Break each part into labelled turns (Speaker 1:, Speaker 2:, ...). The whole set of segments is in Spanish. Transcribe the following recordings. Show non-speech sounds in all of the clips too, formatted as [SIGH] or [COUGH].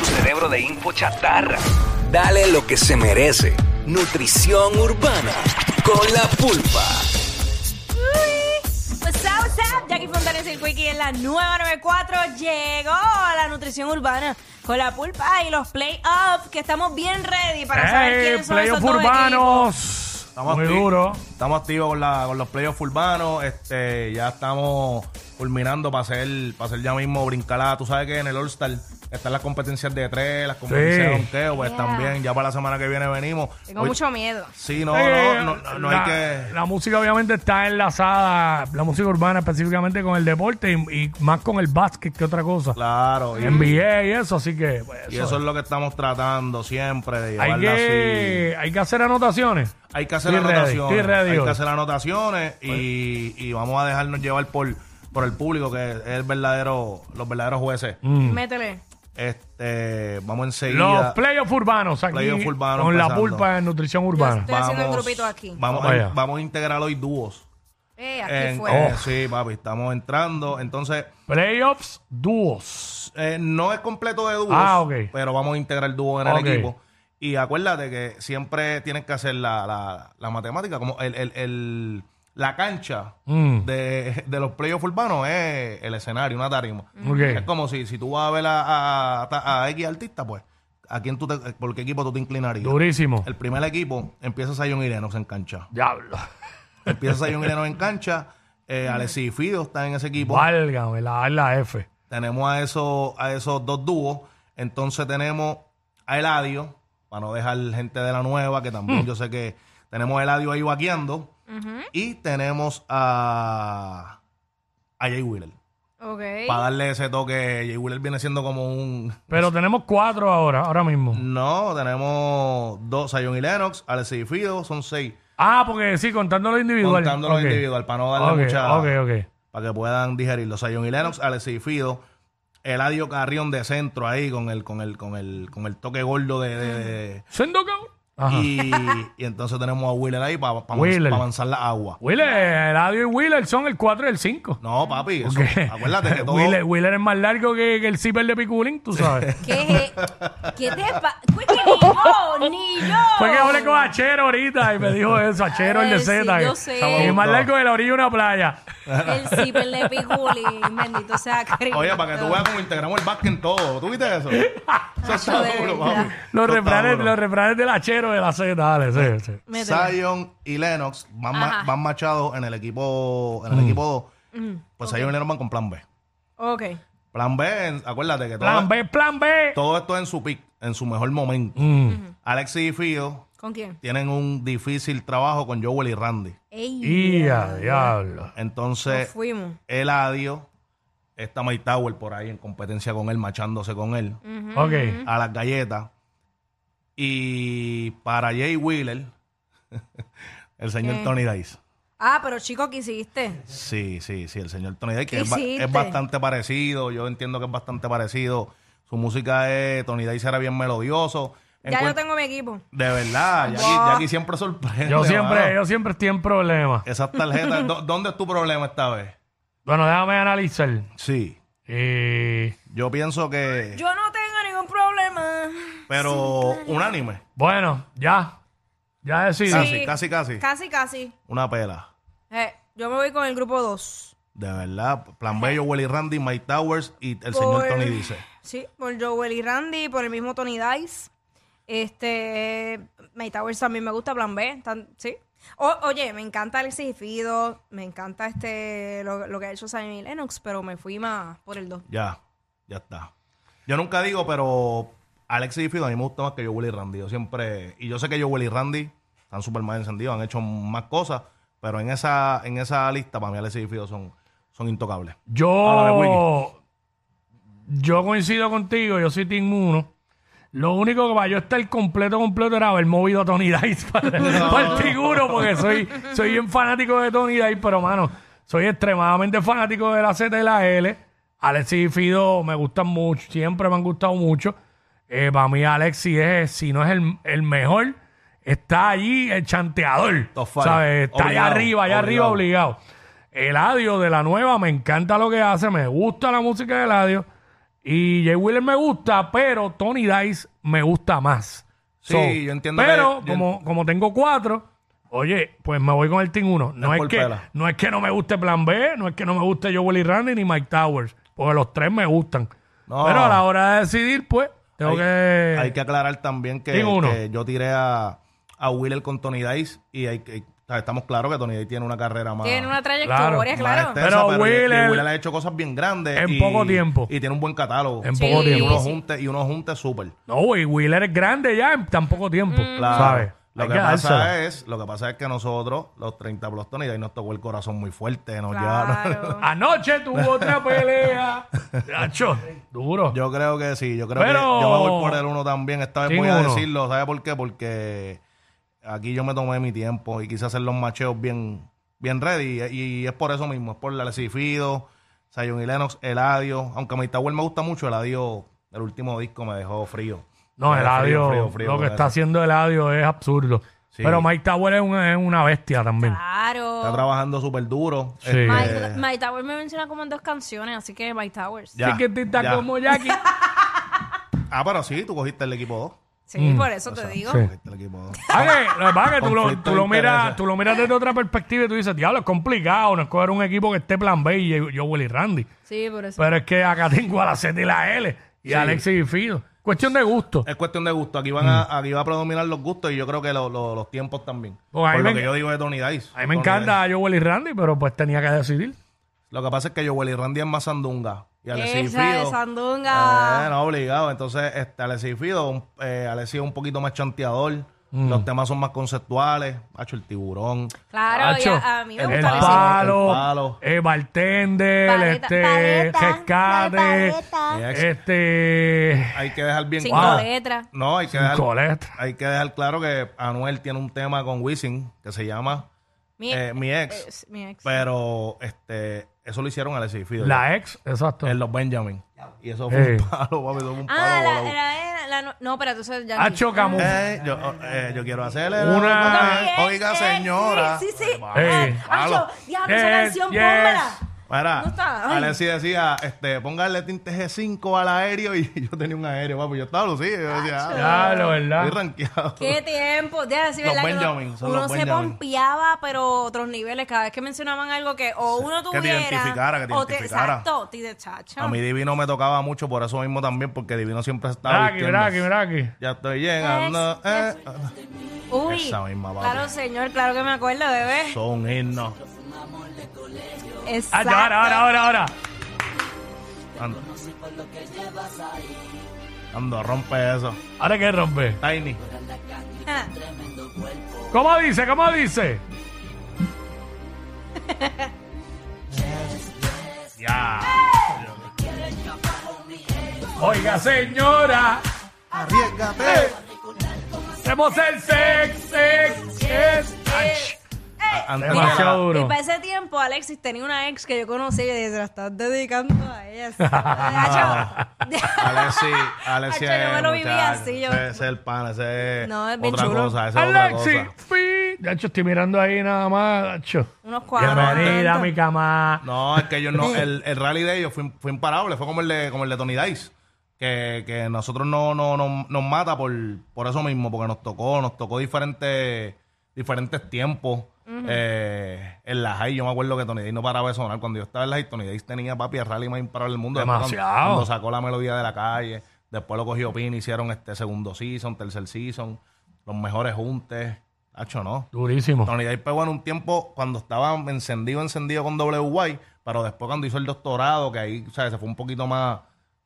Speaker 1: cerebro de info chatarra. Dale lo que se merece. Nutrición urbana con la pulpa. [LAUGHS]
Speaker 2: What's up, what's up? Pues, Jackie Fontanes y el Quickie en la 994 llegó a la nutrición urbana con la pulpa y los playoffs que estamos bien ready para saber
Speaker 3: ¡Eh!
Speaker 2: quiénes son esos
Speaker 3: Playoffs
Speaker 2: dos equipos.
Speaker 3: urbanos.
Speaker 4: Estamos
Speaker 3: Muy
Speaker 4: activos.
Speaker 3: duro.
Speaker 4: Estamos activos con, la, con los playoffs urbanos. Este, ya estamos culminando para hacer, para hacer ya mismo brincalada. Tú sabes que en el All-Star están las competencias de tres, las competencias
Speaker 3: Sí.
Speaker 4: de donkeo, pues
Speaker 2: Yeah.
Speaker 4: también. Ya para la semana que viene venimos.
Speaker 2: Tengo
Speaker 4: Hoy-
Speaker 2: mucho miedo.
Speaker 4: Sí, no,
Speaker 3: Eh,
Speaker 4: no, no, no, no
Speaker 3: la,
Speaker 4: hay que.
Speaker 3: la música obviamente está enlazada, la música urbana específicamente con el deporte y, y más con el básquet que otra cosa.
Speaker 4: Claro, y,
Speaker 3: NBA y eso, así que pues,
Speaker 4: y eso es lo que estamos tratando siempre de
Speaker 3: hay
Speaker 4: llevarla así.
Speaker 3: que, hay que hacer anotaciones.
Speaker 4: Hay que hacer
Speaker 3: Estoy ready,
Speaker 4: anotaciones.
Speaker 3: estoy ready
Speaker 4: hay
Speaker 3: hoy. Pues-
Speaker 4: que hacer anotaciones y, y vamos a dejarnos llevar por, por el público, que es el verdadero, los verdaderos jueces.
Speaker 3: Mm.
Speaker 2: Métele.
Speaker 4: Este, vamos
Speaker 3: Los
Speaker 4: enseguida.
Speaker 3: playoffs urbanos aquí
Speaker 4: Playoffs urbanos
Speaker 3: con la
Speaker 4: empezando.
Speaker 3: pulpa en nutrición urbana.
Speaker 2: Estoy haciendo un grupito aquí.
Speaker 4: Vamos,
Speaker 3: Vamos allá.
Speaker 4: a, vamos a integrar hoy dúos.
Speaker 2: Eh, aquí
Speaker 4: En-
Speaker 2: fue.
Speaker 4: eh, sí, papi, estamos entrando. Entonces,
Speaker 3: Playoffs dúos.
Speaker 4: eh, no es completo de dúos,
Speaker 3: Ah, ok.
Speaker 4: pero vamos a integrar dúos en
Speaker 3: Ok.
Speaker 4: el equipo. Y acuérdate que siempre tienes que hacer la, la, la matemática, como el, el- el- la cancha
Speaker 3: Mm.
Speaker 4: de, de los playoffs urbanos es el escenario, una tarima.
Speaker 3: Mm. Ok.
Speaker 4: Es como si, si tú vas a ver a, a- a X artista, pues, ¿a quién tú te- ¿por qué equipo tú te inclinarías?
Speaker 3: Durísimo.
Speaker 4: El primer equipo empieza Sayon Irenos en cancha.
Speaker 3: Diablo.
Speaker 4: Empieza Sayon Irenos en cancha. Eh, Alexis Fido está en ese equipo.
Speaker 3: Válgame, la, A es la F.
Speaker 4: Tenemos a esos, a esos dos dúos. Entonces tenemos a Eladio, para no dejar gente de la nueva, que
Speaker 3: Mm.
Speaker 4: también yo sé que tenemos a Eladio ahí vaqueando. Y tenemos a, a Jay Wheeler.
Speaker 3: oh.
Speaker 2: Ok.
Speaker 4: Para darle ese toque, Jay Wheeler viene siendo como un...
Speaker 3: Pero tenemos cuatro ahora, ahora mismo.
Speaker 4: No, tenemos dos, Sayon y Lennox, Alexis Fido, son seis.
Speaker 3: Ah, porque sí, contando lo individual.
Speaker 4: Contando los
Speaker 3: Ok.
Speaker 4: individual, para no darle
Speaker 3: Ok,
Speaker 4: mucha...
Speaker 3: ok, ok.
Speaker 4: para que puedan digerirlo. Sayon y Lennox, Alexis Fido, Eladio Carrión de centro ahí con el, con el, con el, con el toque gordo de. de- de-
Speaker 3: Sendo cabrón. Ajá.
Speaker 4: y, y entonces tenemos a Wheeler ahí para
Speaker 3: Wheeler.
Speaker 4: avanzar la agua.
Speaker 3: Wheeler, Eladio y Wheeler son el 4 y el 5.
Speaker 4: No, papi, eso-
Speaker 3: [LAUGHS]
Speaker 4: acuérdate que todo.
Speaker 3: Wheeler, Wheeler es más largo que, que el zipper de Piculín, tú sabes.
Speaker 4: [LAUGHS]
Speaker 2: ¿Qué, e-? ¿Qué te pasa? ni yo, ni yo.
Speaker 3: Fue que hablé con Achero ahorita y me
Speaker 4: [LAUGHS]
Speaker 3: dijo eso, Achero el de
Speaker 2: Ay, sí,
Speaker 3: Z.
Speaker 2: yo
Speaker 3: que
Speaker 2: sé.
Speaker 3: que es más largo de la orilla de una playa.
Speaker 2: El zipper de Piculín, bendito sea Cristo.
Speaker 4: Oye, para que tú veas cómo integramos el básquet en todo. ¿Tú viste
Speaker 2: [LAUGHS]
Speaker 4: eso? Eso está
Speaker 2: de
Speaker 4: duro,
Speaker 2: verdad.
Speaker 4: papi.
Speaker 3: Los
Speaker 4: Eso está
Speaker 3: refranes,
Speaker 4: duro.
Speaker 3: los refranes del Achero de la Z, dale, sí, sí.
Speaker 2: Métele.
Speaker 4: Zion y Lennox van,
Speaker 2: Ajá. Mm.
Speaker 4: ma- van machados en el equipo
Speaker 3: Mm.
Speaker 4: en el equipo 2. Pues Zion y Lennox van con plan B.
Speaker 2: Ok.
Speaker 4: Plan B, en- acuérdate que todo,
Speaker 3: Plan B, plan B.
Speaker 4: todo esto en su pick, en su mejor momento.
Speaker 3: Mm.
Speaker 4: Alexis y Fido
Speaker 2: ¿Con quién?
Speaker 4: tienen un difícil trabajo con Joel y Randy.
Speaker 2: Ey,
Speaker 3: Y a diablo.
Speaker 2: nos
Speaker 4: Entonces,
Speaker 2: fuimos.
Speaker 4: Eladio está Mike Tower por ahí en competencia con él, machándose con él
Speaker 3: Ok.
Speaker 4: a las galletas. Y para Jay Wheeler, [LAUGHS] el señor Tony Dice.
Speaker 2: Ah, pero chico, ¿qué hiciste?
Speaker 4: Sí, sí, sí, el señor Tony Dice, que
Speaker 2: ¿Qué
Speaker 4: es, ba- es
Speaker 2: hiciste?
Speaker 4: bastante parecido. Yo entiendo que es bastante parecido. Su música es, Tony Dice era bien melodioso.
Speaker 2: Ya yo
Speaker 4: Encuent-
Speaker 2: tengo mi equipo.
Speaker 4: De verdad, Jackie, Jackie siempre sorprende.
Speaker 3: Yo
Speaker 4: mano.
Speaker 3: siempre, yo siempre estoy en problemas.
Speaker 4: Esas tarjetas, ¿dó- ¿dónde es tu problema esta vez?
Speaker 3: Bueno, déjame analizar.
Speaker 4: Sí.
Speaker 3: Eh,
Speaker 4: Yo pienso que.
Speaker 2: Yo no tengo ningún problema.
Speaker 4: pero unánime.
Speaker 3: bueno, ya. Ya decido.
Speaker 4: Casi, casi, casi.
Speaker 2: Casi, casi.
Speaker 4: Una pela.
Speaker 2: Eh, yo me voy con el grupo 2.
Speaker 4: De verdad. Plan Bello, Willy Randy, Mike Towers y el señor
Speaker 2: Por-
Speaker 4: Tony dice.
Speaker 2: Sí, por Joel y Randy, por el mismo Tony Dice. Este, May Towers también me gusta Plan B, tan- sí. O- oye, me encanta Alexis y Fido, me encanta este lo, lo que ha hecho Simon y Lennox, pero me fui más por el 2.
Speaker 4: Ya, ya está. Yo nunca digo, pero Alexis y Fido a mí me gusta más que yo, Willy Randy. Yo siempre. Y yo sé que yo, Willy Randy están súper más encendidos, han hecho más cosas, pero en esa, en esa lista, para mí, Alexis y Fido son, son intocables. Háblame,
Speaker 3: Yo,
Speaker 4: Wiki.
Speaker 3: yo coincido contigo, yo soy Team 1. Lo único que para yo estar completo, completo era haber movido a Tony Dice
Speaker 4: [LAUGHS]
Speaker 3: para, para el Team 1, porque soy, soy bien fanático de Tony Dice, pero mano, soy extremadamente fanático de la Z y la L. Alexis y Fido me gustan mucho, siempre me han gustado mucho. Eh, para mí, Alexis es, si no es el, el mejor, está allí el chanteador.
Speaker 4: Top five.
Speaker 3: ¿sabes? Está allá
Speaker 4: Obligado,
Speaker 3: arriba, allá arriba,
Speaker 4: obligado.
Speaker 3: obligado obligado. Eladio de la nueva, me encanta lo que hace, me gusta la música de Eladio. Y Jay Wheeler me gusta, pero Tony Dice me gusta más.
Speaker 4: Sí, yo entiendo
Speaker 3: Pero
Speaker 4: que- yo
Speaker 3: como, como tengo cuatro, oye, pues me voy con el Team 1. No
Speaker 4: Es
Speaker 3: es,
Speaker 4: por
Speaker 3: que,
Speaker 4: pela.
Speaker 3: no es que no me guste Plan B, no es que no me guste Joe Willie Randy ni Mike Towers, porque los tres me gustan.
Speaker 4: No.
Speaker 3: Pero a la hora de decidir, pues, tengo
Speaker 4: hay,
Speaker 3: que...
Speaker 4: hay que aclarar también que,
Speaker 3: Team uno.
Speaker 4: que yo tiré a, a Wheeler con Tony Dice y hay, que- o sea, estamos claros que Tony Dice tiene una carrera más.
Speaker 2: Tiene una
Speaker 3: Claro.
Speaker 2: trayectoria, claro.
Speaker 4: más extensa,
Speaker 3: Pero
Speaker 4: y- y
Speaker 3: Wheeler-
Speaker 4: Wheeler ha hecho cosas bien grandes.
Speaker 3: en
Speaker 4: y-
Speaker 3: poco tiempo.
Speaker 4: Y tiene un buen catálogo.
Speaker 3: En
Speaker 2: Sí.
Speaker 3: poco
Speaker 4: y
Speaker 3: tiempo.
Speaker 4: unos juntes, y unos juntes súper.
Speaker 3: No, y Wheeler es grande ya en tan poco tiempo.
Speaker 4: Mm. Claro.
Speaker 3: ¿Sabes?
Speaker 4: Lo
Speaker 3: Hay
Speaker 4: que,
Speaker 3: que dársela.
Speaker 4: pasa es, lo que pasa es que nosotros, los 30 plus Tony Dice, nos tocó el corazón muy fuerte. Nos llevaron-
Speaker 2: Claro.
Speaker 3: Anoche tuvo otra
Speaker 4: [LAUGHS]
Speaker 3: pelea. Nacho, duro.
Speaker 4: Yo creo que sí, yo creo
Speaker 3: Pero-
Speaker 4: que yo me voy por el uno también. Esta vez
Speaker 3: Sin
Speaker 4: voy a
Speaker 3: uno.
Speaker 4: decirlo, ¿sabes por qué? Porque aquí yo me tomé mi tiempo y quise hacer los macheos bien, bien ready. Y, y es por eso mismo, es por la Fido, Zion y Lennox, Eladio. Aunque a mi Tower me gusta mucho, Eladio, el último disco me dejó frío.
Speaker 3: No,
Speaker 4: Me
Speaker 3: el
Speaker 4: dejó frío,
Speaker 3: audio,
Speaker 4: frío, frío
Speaker 3: lo que
Speaker 4: con
Speaker 3: está
Speaker 4: eso.
Speaker 3: haciendo el audio es absurdo.
Speaker 4: Sí.
Speaker 3: Pero Mike Tower es una, es una bestia también.
Speaker 4: [LAUGHS] Está
Speaker 2: Claro.
Speaker 4: trabajando súper duro.
Speaker 3: Sí.
Speaker 4: Este,
Speaker 2: My, My Tower me menciona como en dos canciones, así que My Towers.
Speaker 4: ya,
Speaker 3: Chiquitita
Speaker 4: ya.
Speaker 3: como Jackie.
Speaker 4: Ah, pero sí, tú cogiste el equipo 2.
Speaker 2: Sí, por eso te digo.
Speaker 3: sí.
Speaker 4: Cogiste el equipo 2.
Speaker 3: [LAUGHS] Ah, que, lo que pasa es que tú lo,
Speaker 4: Conflicto
Speaker 3: tú, lo
Speaker 4: de
Speaker 3: miras,
Speaker 4: intereses.
Speaker 3: tú lo miras desde otra perspectiva y tú dices, diablo, es complicado no escoger un equipo que esté plan B y yo, yo Willy Randy.
Speaker 2: Sí, por eso.
Speaker 3: Pero es que acá tengo a la Z y la L y a Alexis y Fido. Cuestión de gusto.
Speaker 4: Es cuestión de gusto. Aquí van
Speaker 3: Mm.
Speaker 4: a, aquí va a predominar los gustos y yo creo que lo- lo- los tiempos también.
Speaker 3: Pues a mí
Speaker 4: Por lo
Speaker 3: me-
Speaker 4: que yo digo de Tony Dice.
Speaker 3: A mí me
Speaker 4: Tony
Speaker 3: encanta yo Willy Randy, pero pues tenía que decidir.
Speaker 4: Lo que pasa es que Joel y Randy es más sandunga. Y Alexis
Speaker 2: Esa
Speaker 4: Fido-
Speaker 2: es Sandunga.
Speaker 4: Eh, no, obligado. Entonces, este, Alexis Fido, un- eh, Alexis es un poquito más chanteador.
Speaker 3: Mm.
Speaker 4: Los temas son más conceptuales. Hacho, el tiburón.
Speaker 2: Claro, y
Speaker 3: Hacho,
Speaker 2: a, a mí me
Speaker 4: el
Speaker 3: el
Speaker 2: gusta
Speaker 4: palo,
Speaker 2: Alexis.
Speaker 3: palo,
Speaker 4: el palo.
Speaker 3: eh, bartender,
Speaker 2: Paleta,
Speaker 3: este,
Speaker 2: paleta,
Speaker 3: rescate,
Speaker 2: Ah.
Speaker 4: paleta.
Speaker 3: Eh. este,
Speaker 4: Eh, Hay que dejar bien
Speaker 2: Cinco
Speaker 3: Wow.
Speaker 2: letras.
Speaker 4: No, hay que dejar,
Speaker 3: Colette.
Speaker 4: hay que dejar claro que Anuel tiene un tema con Wisin que se llama
Speaker 2: Mi,
Speaker 4: eh, Mi Ex.
Speaker 2: es mi ex.
Speaker 4: Pero este eso lo hicieron a Alexis Fido.
Speaker 3: La ex, exacto.
Speaker 4: en los Benjamin. Y eso fue
Speaker 3: Eh.
Speaker 4: un palo, papi. Eso fue un palo.
Speaker 2: ah, la,
Speaker 4: volado.
Speaker 2: la, la- la- no, pero tú sabes
Speaker 4: Ah,
Speaker 2: ya.
Speaker 3: Hacho Camus.
Speaker 4: Eh, yo, eh, yo quiero hacerle la-
Speaker 3: Una-
Speaker 4: Ah, Oiga, señora. Eh,
Speaker 2: Sí, sí. sí.
Speaker 3: Eh,
Speaker 2: Ah, Hacho,
Speaker 4: palo.
Speaker 2: diablo, esa
Speaker 3: Yes,
Speaker 2: canción,
Speaker 3: yes.
Speaker 2: pónmela.
Speaker 4: Mira,
Speaker 2: No está, ay.
Speaker 4: Alexi decía, este, póngale tinte G5 al aéreo y [LAUGHS] yo tenía un aéreo, papi, yo estaba lucido, yo decía, ah,
Speaker 3: Ya, lo
Speaker 4: estoy
Speaker 3: verdad.
Speaker 4: rankeado.
Speaker 2: Qué tiempo. Ya, sí,
Speaker 4: Los
Speaker 2: ¿verdad? que uno-
Speaker 4: Benjamin, son
Speaker 2: uno
Speaker 4: los
Speaker 2: se
Speaker 4: Benjamin.
Speaker 2: pompeaba, pero otros niveles. Cada vez que mencionaban algo que o uno
Speaker 4: que te
Speaker 2: tuviera.
Speaker 4: identificara, que te
Speaker 2: o te-
Speaker 4: identificara.
Speaker 2: Exacto, te de chacha.
Speaker 4: [LAUGHS] A mí Divino me tocaba mucho por eso mismo también, porque Divino siempre estaba
Speaker 3: Mira aquí,
Speaker 4: vistiendo.
Speaker 3: mira aquí, mira aquí.
Speaker 4: Ya estoy llegando,
Speaker 2: Ex-
Speaker 4: eh,
Speaker 2: Uy.
Speaker 4: Esa misma, papi.
Speaker 2: claro, señor, claro que me acuerdo, bebé.
Speaker 4: son himnos.
Speaker 2: Exacto.
Speaker 3: Ah, Ahora, ahora, ahora, ahora.
Speaker 4: Ando. Ando, rompe eso.
Speaker 3: Ahora que rompe.
Speaker 4: Tiny.
Speaker 2: [LAUGHS] Ah,
Speaker 3: ¿Cómo dice? ¿Cómo dice? [LAUGHS]
Speaker 4: Ya.
Speaker 3: Oiga, señora,
Speaker 4: Arriesgate.
Speaker 3: hacemos el sex, sex, sex. Ach.
Speaker 4: Antes
Speaker 2: mira,
Speaker 3: Demasiado
Speaker 4: era,
Speaker 3: duro.
Speaker 2: Eh, Y para ese tiempo, Alexis tenía una ex que yo conocí y yo decía, se la estás dedicando a ella. Hacho.
Speaker 4: Alexi, Alexi
Speaker 2: Hacho, yo me lo
Speaker 4: es
Speaker 2: vivía
Speaker 4: muchacho,
Speaker 2: así, yo-
Speaker 4: Ese ese es el pan, ese es
Speaker 2: No, es bien
Speaker 4: otra
Speaker 2: chulo.
Speaker 4: cosa, ese es otra
Speaker 3: Alexi,
Speaker 4: cosa.
Speaker 3: pi. De hecho, estoy mirando ahí nada más, Nacho.
Speaker 2: Unos cuadros.
Speaker 3: Bienvenida a
Speaker 2: tanto.
Speaker 3: mi cama.
Speaker 4: No, es que ellos no, el, el rally de ellos fue, fue imparable, fue como el de, como el de Tony Dice, que, que nosotros no, no, no- nos mata por, por eso mismo, porque nos tocó, nos tocó diferentes, diferentes tiempos. eh, en la high, yo me acuerdo que Tony Dice no paraba de sonar. Cuando yo estaba en la high, Tony Dice tenía papi el rally más imparable del mundo. Después, cuando-
Speaker 3: Demasiado.
Speaker 4: Cuando, sacó la melodía de la calle, después lo cogió Pin, hicieron este segundo season, tercer season, los mejores juntes. Hacho, no.
Speaker 3: Durísimo.
Speaker 4: Tony Day pegó en un tiempo cuando estaba encendido, encendido con WY, pero después cuando hizo el doctorado, que ahí o sea, se fue un poquito más,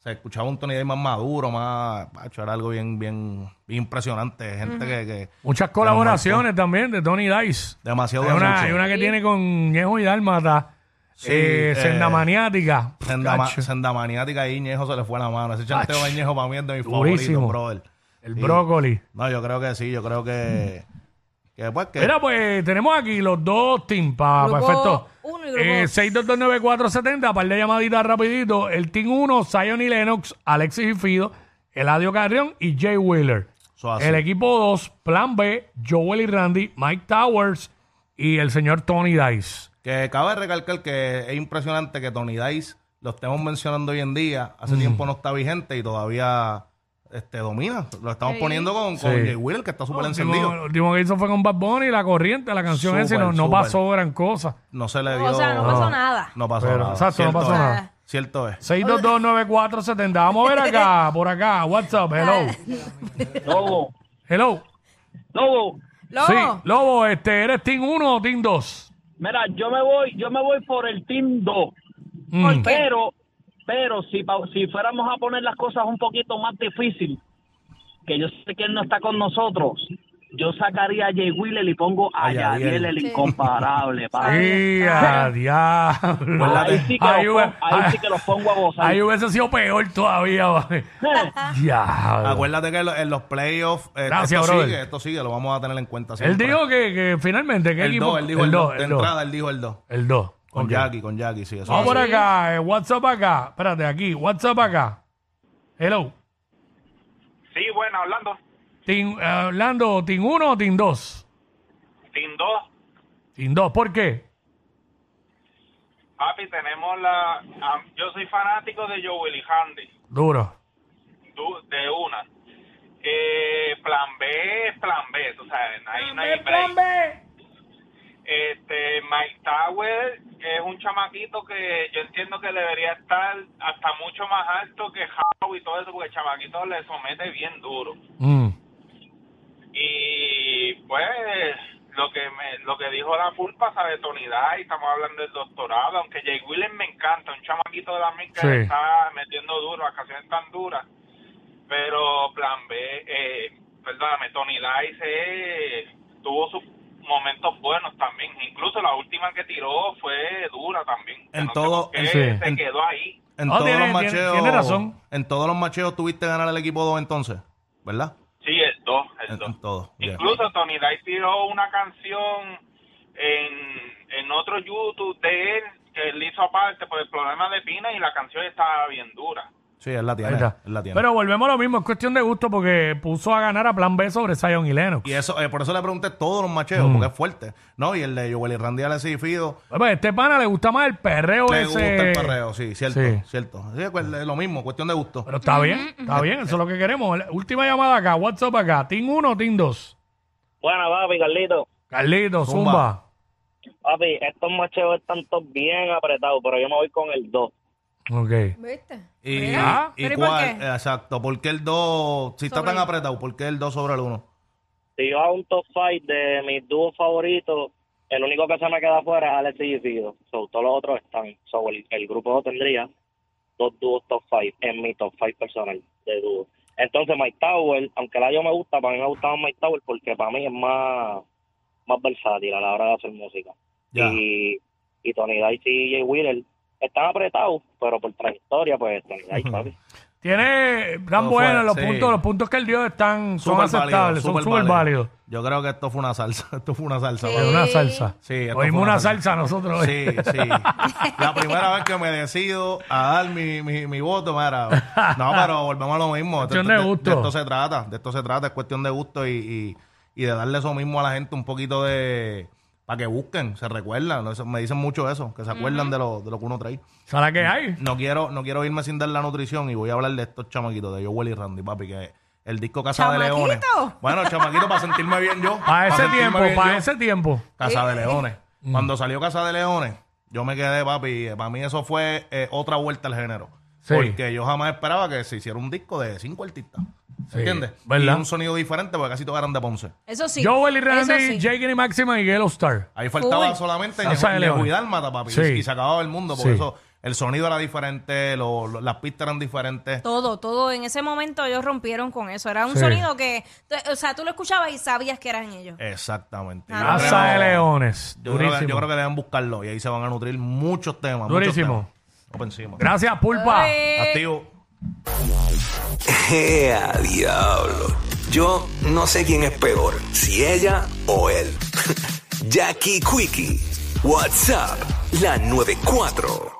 Speaker 4: se escuchaba un Tony Day más maduro, más, pacho, era algo bien, bien, bien impresionante, gente que, que
Speaker 3: Muchas colaboraciones también de Tony Dice.
Speaker 4: demasiado
Speaker 3: Hay una,
Speaker 4: mucho.
Speaker 3: hay una que tiene con Ñejo y Dálmata.
Speaker 4: Sí,
Speaker 3: eh,
Speaker 4: eh,
Speaker 3: Senda Maniática.
Speaker 4: Senda, ma-
Speaker 3: Cacho,
Speaker 4: senda maniática y Ñejo se le fue la mano. Ese chanteo
Speaker 3: Ach.
Speaker 4: de Ñejo para mí es de mis
Speaker 3: Durísimo.
Speaker 4: favoritos, brother.
Speaker 3: el
Speaker 4: Sí.
Speaker 3: brócoli.
Speaker 4: No, yo creo que sí, yo creo que, que pues que...
Speaker 3: Mira, pues tenemos aquí los dos teams para
Speaker 2: Grupo
Speaker 3: efecto.
Speaker 2: uno y grupo
Speaker 3: Eh,
Speaker 2: dos.
Speaker 3: 6229470, par de llamaditas rapidito. El team 1, Zion y Lennox, Alexis y Fido, Eladio Carrión y Jay Wheeler.
Speaker 4: Eso así.
Speaker 3: El equipo 2, Plan B, Joel y Randy, Mike Towers y el señor Tony Dice.
Speaker 4: Que cabe recalcar que es impresionante que Tony Dice lo estamos mencionando hoy en día, hace tiempo no está vigente y todavía este, domina. Lo estamos
Speaker 2: Sí.
Speaker 4: poniendo con, con
Speaker 3: Sí.
Speaker 4: Jay Wheeler, que está súper
Speaker 3: Lo
Speaker 4: encendido.
Speaker 3: último- lo último que hizo fue con Bad Bunny y la corriente, la canción esa, y no,
Speaker 4: Súper,
Speaker 3: no
Speaker 4: súper.
Speaker 3: pasó gran cosa.
Speaker 4: No se le dio.
Speaker 2: O sea, no pasó nada.
Speaker 4: No pasó
Speaker 3: Pero,
Speaker 4: nada.
Speaker 3: exacto, no
Speaker 4: Cierto
Speaker 3: pasó
Speaker 4: es.
Speaker 3: nada.
Speaker 4: Cierto es.
Speaker 3: 6229470. Vamos a ver acá, por acá. WhatsApp, hello.
Speaker 5: Lobo,
Speaker 3: Hello.
Speaker 5: Lobo,
Speaker 2: Lobo,
Speaker 3: Sí, Lobo, este, ¿eres Team 1 o Team 2?
Speaker 5: mira, yo me voy, yo me voy por el Team 2,
Speaker 3: Mm.
Speaker 5: pero, pero si, pa- si fuéramos a poner las cosas un poquito más difícil, que yo sé que él no está con nosotros, yo sacaría a Jay Wheeler y pongo a
Speaker 4: A Yadiel.
Speaker 5: Yadiel el
Speaker 2: Sí.
Speaker 5: incomparable, papi. Pues
Speaker 3: ¡Y a diablo!
Speaker 4: Pues
Speaker 5: Ahí sí que
Speaker 3: Ahí
Speaker 5: los
Speaker 3: hue-
Speaker 5: pon- ahí sí que los pongo a gozar. [LAUGHS]
Speaker 3: ahí hubiese sido peor todavía, [LAUGHS] vale.
Speaker 5: Eh,
Speaker 3: Diablo.
Speaker 4: Acuérdate que lo- en los playoffs. eh,
Speaker 3: Gracias,
Speaker 4: esto
Speaker 3: brother.
Speaker 4: sigue, esto sigue, lo vamos a tener en cuenta.
Speaker 3: Él
Speaker 4: siempre.
Speaker 3: dijo que, que finalmente, ¿qué
Speaker 4: El
Speaker 3: equipo?
Speaker 4: 2, él dijo el 2. De
Speaker 3: el 2.
Speaker 4: entrada, él dijo el 2.
Speaker 3: El 2.
Speaker 4: Con
Speaker 3: Ok.
Speaker 4: Jackie, con Jackie, sí. Eso
Speaker 3: Vamos por
Speaker 4: es.
Speaker 3: acá, eh, WhatsApp acá. Espérate, aquí, WhatsApp acá. Hello.
Speaker 6: Sí, bueno, hablando.
Speaker 3: Team, eh, Orlando, ¿Team 1 o Team 2?
Speaker 6: Team 2,
Speaker 3: Team 2, ¿por qué?
Speaker 6: papi, tenemos la... am- yo soy fanático de Joe y Handy,
Speaker 3: Duro.
Speaker 6: du- de una. Eh, plan B es plan B, tú sabes, ahí no hay break. Este, Mike Tower es un chamaquito que yo entiendo que debería estar hasta mucho más alto que Howe y todo eso, porque el chamaquito le somete bien duro.
Speaker 3: Mm.
Speaker 6: Y pues lo que me, lo que dijo la pulpa sabe tonidad y estamos hablando del doctorado, aunque Jay Willen me encanta, un chamaquito de la mica
Speaker 3: Sí.
Speaker 6: está metiendo duro, las canciones tan duras, pero plan B, eh, perdóname, Tony Dice eh, tuvo sus momentos buenos también, incluso la última que tiró fue dura también. que
Speaker 4: En
Speaker 6: sé
Speaker 4: todo-
Speaker 6: por qué
Speaker 4: en-
Speaker 3: sí.
Speaker 6: se
Speaker 4: en-
Speaker 6: quedó ahí.
Speaker 4: En
Speaker 3: No,
Speaker 4: todos
Speaker 3: Ah, tiene-
Speaker 4: los
Speaker 3: tiene-
Speaker 4: macheos.
Speaker 3: tiene razón.
Speaker 4: En todos los macheos tuviste ganar al equipo 2 entonces, ¿verdad?
Speaker 6: Sí, el 2, el
Speaker 4: En,
Speaker 6: 2.
Speaker 4: en todo. ya.
Speaker 6: Incluso Tony Dice tiró una canción en, en otro YouTube de él que él hizo aparte por el problema de Pina y la canción estaba bien dura.
Speaker 4: Sí, él la
Speaker 3: Ahí
Speaker 4: tiene.
Speaker 3: está.
Speaker 4: Él la tiene.
Speaker 3: Pero volvemos a lo mismo, es cuestión de gusto porque puso a ganar a Plan B sobre Zion y Lennox.
Speaker 4: y eso, eh, por eso le pregunté todos los macheos,
Speaker 3: Mm.
Speaker 4: porque es fuerte. No, y el de Joel y Randy Alexis y Fido.
Speaker 3: Pues, pues, este pana le gusta más el perreo
Speaker 4: Le
Speaker 3: ese.
Speaker 4: gusta el perreo, sí, cierto,
Speaker 3: Sí.
Speaker 4: cierto. Sí, pues, es lo mismo, cuestión de gusto.
Speaker 3: Pero está bien, está bien, eso es lo que queremos. La Última llamada acá, WhatsApp acá, Team 1 o Team 2.
Speaker 5: Bueno, papi, Carlito.
Speaker 3: Carlito,
Speaker 4: Zumba.
Speaker 3: Zumba.
Speaker 5: Papi, estos macheos están todos bien apretados, pero yo me voy con el 2.
Speaker 3: Ok.
Speaker 2: ¿viste?
Speaker 4: Y,
Speaker 2: Mira,
Speaker 4: y
Speaker 2: pero ¿y por
Speaker 4: cuál,
Speaker 2: qué?
Speaker 4: eh, exacto, ¿por qué el 2, si está
Speaker 2: Sobre
Speaker 4: tan
Speaker 2: el-
Speaker 4: apretado, por qué el 2 sobre el 1?
Speaker 5: Si yo hago un top 5 de mis dúos favoritos, el único que se me queda fuera es Alex y Fido. So, todos los otros están. So, el, el grupo tendría dos dúos top 5 en mi top 5 personal de dúos. Entonces, Mike Tower, aunque el año me gusta, para mí me gustaba Mike Tower porque para mí es más, más versátil a la hora de hacer música.
Speaker 4: Ya.
Speaker 5: Y, y Tony Dice y Jay Wheeler están apretados, pero por trayectoria, pues Tony Dice, papi.
Speaker 3: Tiene, tan
Speaker 4: Todo fue,
Speaker 3: buenos los
Speaker 4: sí.
Speaker 3: puntos, los puntos que él dio están, son
Speaker 4: Súper
Speaker 3: aceptables,
Speaker 4: válido,
Speaker 3: son
Speaker 4: súper
Speaker 3: súper válidos.
Speaker 4: Yo creo que esto fue una salsa, [LAUGHS] esto fue una salsa.
Speaker 2: Sí.
Speaker 3: Pero
Speaker 4: brother.
Speaker 3: una salsa.
Speaker 4: Sí, esto fue
Speaker 3: Oímos
Speaker 4: una
Speaker 3: una
Speaker 4: salsa.
Speaker 3: salsa nosotros. hoy.
Speaker 4: Sí, sí. La primera vez que me decido a dar mi, mi, mi voto, mira. No, pero volvemos a lo mismo.
Speaker 3: Cuestión de gusto.
Speaker 4: esto se trata, de esto se trata, es cuestión de gusto y, y, y de darle eso mismo a la gente un poquito de... Para que busquen, se recuerdan. ¿no? Eso- Me dicen mucho eso, que se acuerdan de, lo, de lo que uno trae.
Speaker 3: ¿Sabes qué hay?
Speaker 4: No quiero, no quiero irme sin dar la nutrición y voy a hablar de estos chamaquitos, de Joel y Randy, papi, que el disco Casa de Leones.
Speaker 2: ¿Chamaquito?
Speaker 4: Bueno, chamaquito, para sentirme bien yo.
Speaker 3: Para ese
Speaker 4: sentirme
Speaker 3: tiempo,
Speaker 4: bien
Speaker 3: para
Speaker 4: yo.
Speaker 3: ese tiempo.
Speaker 4: Casa de Leones.
Speaker 3: Mm.
Speaker 4: Cuando salió Casa de Leones, yo me quedé, papi. Para mí eso fue eh, otra vuelta al género.
Speaker 3: Sí.
Speaker 4: Porque yo jamás esperaba que se hiciera un disco de cinco artistas.
Speaker 3: Sí,
Speaker 4: ¿Entiendes?
Speaker 3: ¿verdad?
Speaker 4: Y un sonido diferente porque casi todos eran de Ponce.
Speaker 2: Eso sí.
Speaker 3: Joel y
Speaker 2: eso
Speaker 3: Randy,
Speaker 2: sí.
Speaker 3: Jake y Máxima y Yellow Star.
Speaker 4: Ahí faltaba
Speaker 2: Full.
Speaker 4: solamente
Speaker 3: Casa de Leones.
Speaker 4: Ñejo y Dálmata, papi.
Speaker 3: Sí.
Speaker 4: Y se acababa el mundo porque
Speaker 3: Sí.
Speaker 4: eso, el sonido era diferente, lo- lo- las pistas eran diferentes.
Speaker 2: Todo, todo. En ese momento ellos rompieron con eso. Era un
Speaker 3: Sí.
Speaker 2: sonido que, o sea, tú lo escuchabas y sabías que eran ellos.
Speaker 4: Exactamente.
Speaker 2: Ah,
Speaker 4: Yo
Speaker 3: Casa de
Speaker 4: creo-
Speaker 3: Leones.
Speaker 4: Yo creo, que,
Speaker 3: Durísimo.
Speaker 4: yo creo que deben buscarlo y ahí se van a nutrir muchos temas. muchos
Speaker 3: Durísimo.
Speaker 4: temas. Open encima.
Speaker 3: Gracias, Pulpa.
Speaker 2: Ay.
Speaker 4: Activo.
Speaker 1: ¡Ea, diablo! Yo no sé quién es peor, si ella o él. [LAUGHS] Jackie Quickie, WhatsApp, la 94.